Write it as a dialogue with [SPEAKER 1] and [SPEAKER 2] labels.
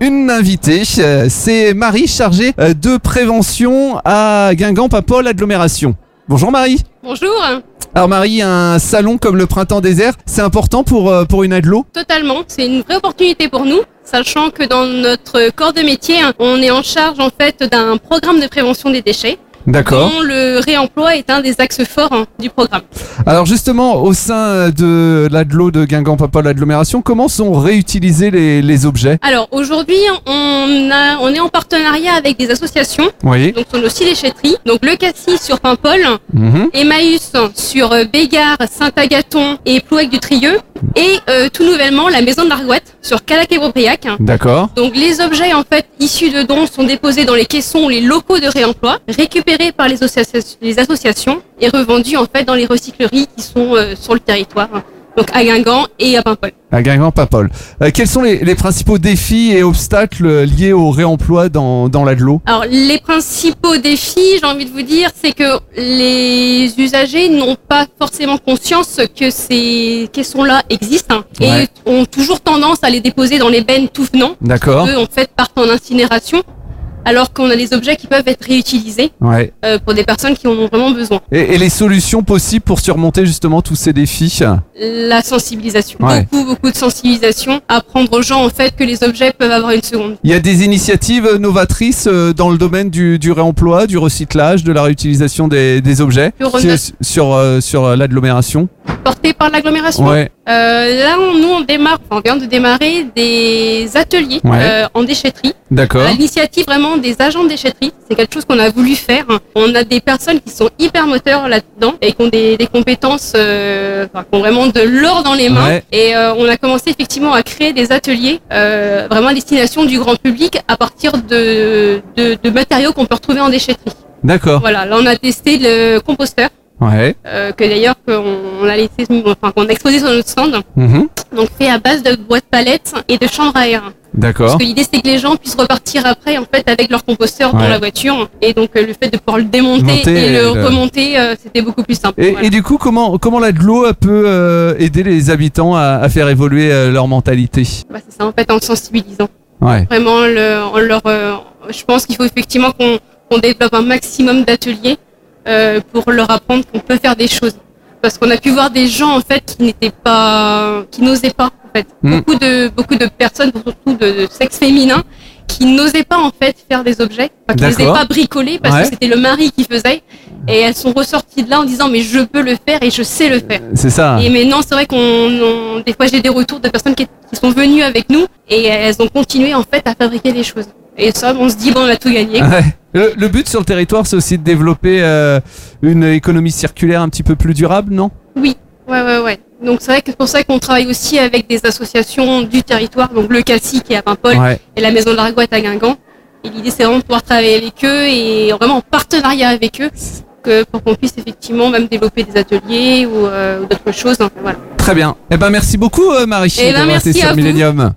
[SPEAKER 1] mon invité. Euh, C'est Marie, chargée euh, de prévention à Guingamp-Papol agglomération. Bonjour Marie.
[SPEAKER 2] Bonjour,
[SPEAKER 1] Alors Marie, un salon comme le Printemps des airs, c'est important pour, euh, pour une aglo
[SPEAKER 2] totalement. C'est une vraie opportunité pour nous, sachant que dans notre corps de métier, hein, on est en charge en fait d'un programme de prévention des déchets,
[SPEAKER 1] D'accord.
[SPEAKER 2] dont le réemploi est un des axes forts hein, du programme.
[SPEAKER 1] Alors justement, au sein euh, de l'aglo de Guingamp-Papol agglomération, comment sont réutilisés les, les objets
[SPEAKER 2] Alors aujourd'hui, on, a- on est en partenariat avec des associations,
[SPEAKER 1] Oui.
[SPEAKER 2] donc sur nos six déchetteries, donc le Cassis sur Paimpol,
[SPEAKER 1] Mhm.
[SPEAKER 2] Emmaüs sur euh, Bégard, Saint-Agathon et Plouec du Trieux, et euh, tout nouvellement la Maison de l'Argouette sur Calac et Beaubriac.
[SPEAKER 1] D'accord.
[SPEAKER 2] Donc les objets en fait issus de dons sont déposés dans les caissons ou les locaux de réemploi, récupérés par les, associa- les associations et revendus en fait dans les recycleries qui sont euh, sur le territoire, hein. donc à Guingamp et à Paimpol.
[SPEAKER 1] À Guingamp-Papol. Euh, quels sont les, les principaux défis et obstacles euh, liés au réemploi dans, dans l'aglo
[SPEAKER 2] Alors les principaux défis, j'ai envie de vous dire, c'est que les usagers n'ont pas forcément conscience que ces caissons-là existent hein, et
[SPEAKER 1] Ouais.
[SPEAKER 2] ont toujours tendance à les déposer dans les bennes tout venant.
[SPEAKER 1] D'accord.
[SPEAKER 2] Eux en fait partent en incinération, alors qu'on a des objets qui peuvent être réutilisés.
[SPEAKER 1] Ouais.
[SPEAKER 2] euh, pour des personnes qui en ont vraiment besoin.
[SPEAKER 1] Et, et les solutions possibles pour surmonter justement tous ces défis
[SPEAKER 2] La sensibilisation.
[SPEAKER 1] Ouais.
[SPEAKER 2] Beaucoup, beaucoup de sensibilisation. Apprendre aux gens, en fait, que les objets peuvent avoir une seconde. vie.
[SPEAKER 1] Il y a des initiatives novatrices euh, dans le domaine du, du réemploi, du recyclage, de la réutilisation des, des objets
[SPEAKER 2] Sur
[SPEAKER 1] sur,
[SPEAKER 2] une-
[SPEAKER 1] sur, euh, sur, euh, l'agglomération.
[SPEAKER 2] Portées par l'agglomération.
[SPEAKER 1] Ouais,
[SPEAKER 2] Euh, là, on, nous, on démarre, enfin, on vient de démarrer des ateliers
[SPEAKER 1] Ouais.
[SPEAKER 2] euh, en déchetterie.
[SPEAKER 1] d'accord.
[SPEAKER 2] À l'initiative vraiment des agents de déchetterie, c'est quelque chose qu'on a voulu faire. On a des personnes qui sont hyper moteurs là-dedans et qui ont des, des compétences, euh, enfin, qui ont vraiment de l'or dans les mains.
[SPEAKER 1] Ouais.
[SPEAKER 2] Et euh, on a commencé effectivement à créer des ateliers euh, vraiment à destination du grand public à partir de, de, de matériaux qu'on peut retrouver en déchetterie.
[SPEAKER 1] D'accord.
[SPEAKER 2] Voilà, là on a testé le composteur
[SPEAKER 1] Ouais.
[SPEAKER 2] euh, que d'ailleurs qu'on on a laissé, enfin qu'on a exposé sur notre stand,
[SPEAKER 1] Mhm.
[SPEAKER 2] donc fait à base de boîtes palettes et de chambre à air.
[SPEAKER 1] D'accord.
[SPEAKER 2] Parce que l'idée c'est que les gens puissent repartir après en fait avec leur composteur
[SPEAKER 1] Ouais.
[SPEAKER 2] dans la voiture et donc euh, le fait de pouvoir le démonter
[SPEAKER 1] Monter
[SPEAKER 2] et,
[SPEAKER 1] et
[SPEAKER 2] le
[SPEAKER 1] le-
[SPEAKER 2] remonter euh, c'était beaucoup plus simple.
[SPEAKER 1] Et,
[SPEAKER 2] Voilà.
[SPEAKER 1] et du coup, comment, comment l'aglo euh, peut euh, aider les habitants à, à faire évoluer euh, leur mentalité
[SPEAKER 2] Bah, c'est ça en fait en sensibilisant
[SPEAKER 1] Ouais.
[SPEAKER 2] vraiment le, en leur. euh, je pense qu'il faut effectivement qu'on qu'on développe un maximum d'ateliers euh, pour leur apprendre qu'on peut faire des choses parce qu'on a pu voir des gens en fait qui n'étaient pas qui n'osaient pas en fait
[SPEAKER 1] Mm.
[SPEAKER 2] beaucoup de beaucoup de personnes surtout de, de sexe féminin qui n'osaient pas en fait faire des objets enfin, qui n'osaient
[SPEAKER 1] D'accord.
[SPEAKER 2] pas bricoler parce
[SPEAKER 1] Ouais.
[SPEAKER 2] que c'était le mari qui faisait et elles sont ressorties de là en disant mais je peux le faire et je sais le faire
[SPEAKER 1] C'est ça.
[SPEAKER 2] et mais non, c'est vrai qu'on, on- des fois j'ai des retours de personnes qui, qui sont venues avec nous et elles ont continué en fait à fabriquer des choses. Et ça, on se dit bon, on a tout gagné.
[SPEAKER 1] Ouais. Le, le but sur le territoire, c'est aussi de développer euh, une économie circulaire un petit peu plus durable, non
[SPEAKER 2] Ouais, ouais, ouais. Donc c'est vrai que c'est pour ça qu'on travaille aussi avec des associations du territoire, donc le Cassis qui est à Paimpol
[SPEAKER 1] Ouais.
[SPEAKER 2] et la Maison de l'Argouette à Guingamp. Et l'idée, c'est vraiment de pouvoir travailler avec eux et vraiment en partenariat avec eux que pour qu'on puisse effectivement même développer des ateliers ou, euh, ou d'autres choses. Enfin, voilà.
[SPEAKER 1] Très bien. Eh ben merci beaucoup euh, Marie
[SPEAKER 2] Eh ben,
[SPEAKER 1] d'avoir été
[SPEAKER 2] merci
[SPEAKER 1] sur
[SPEAKER 2] à vous.
[SPEAKER 1] Millennium.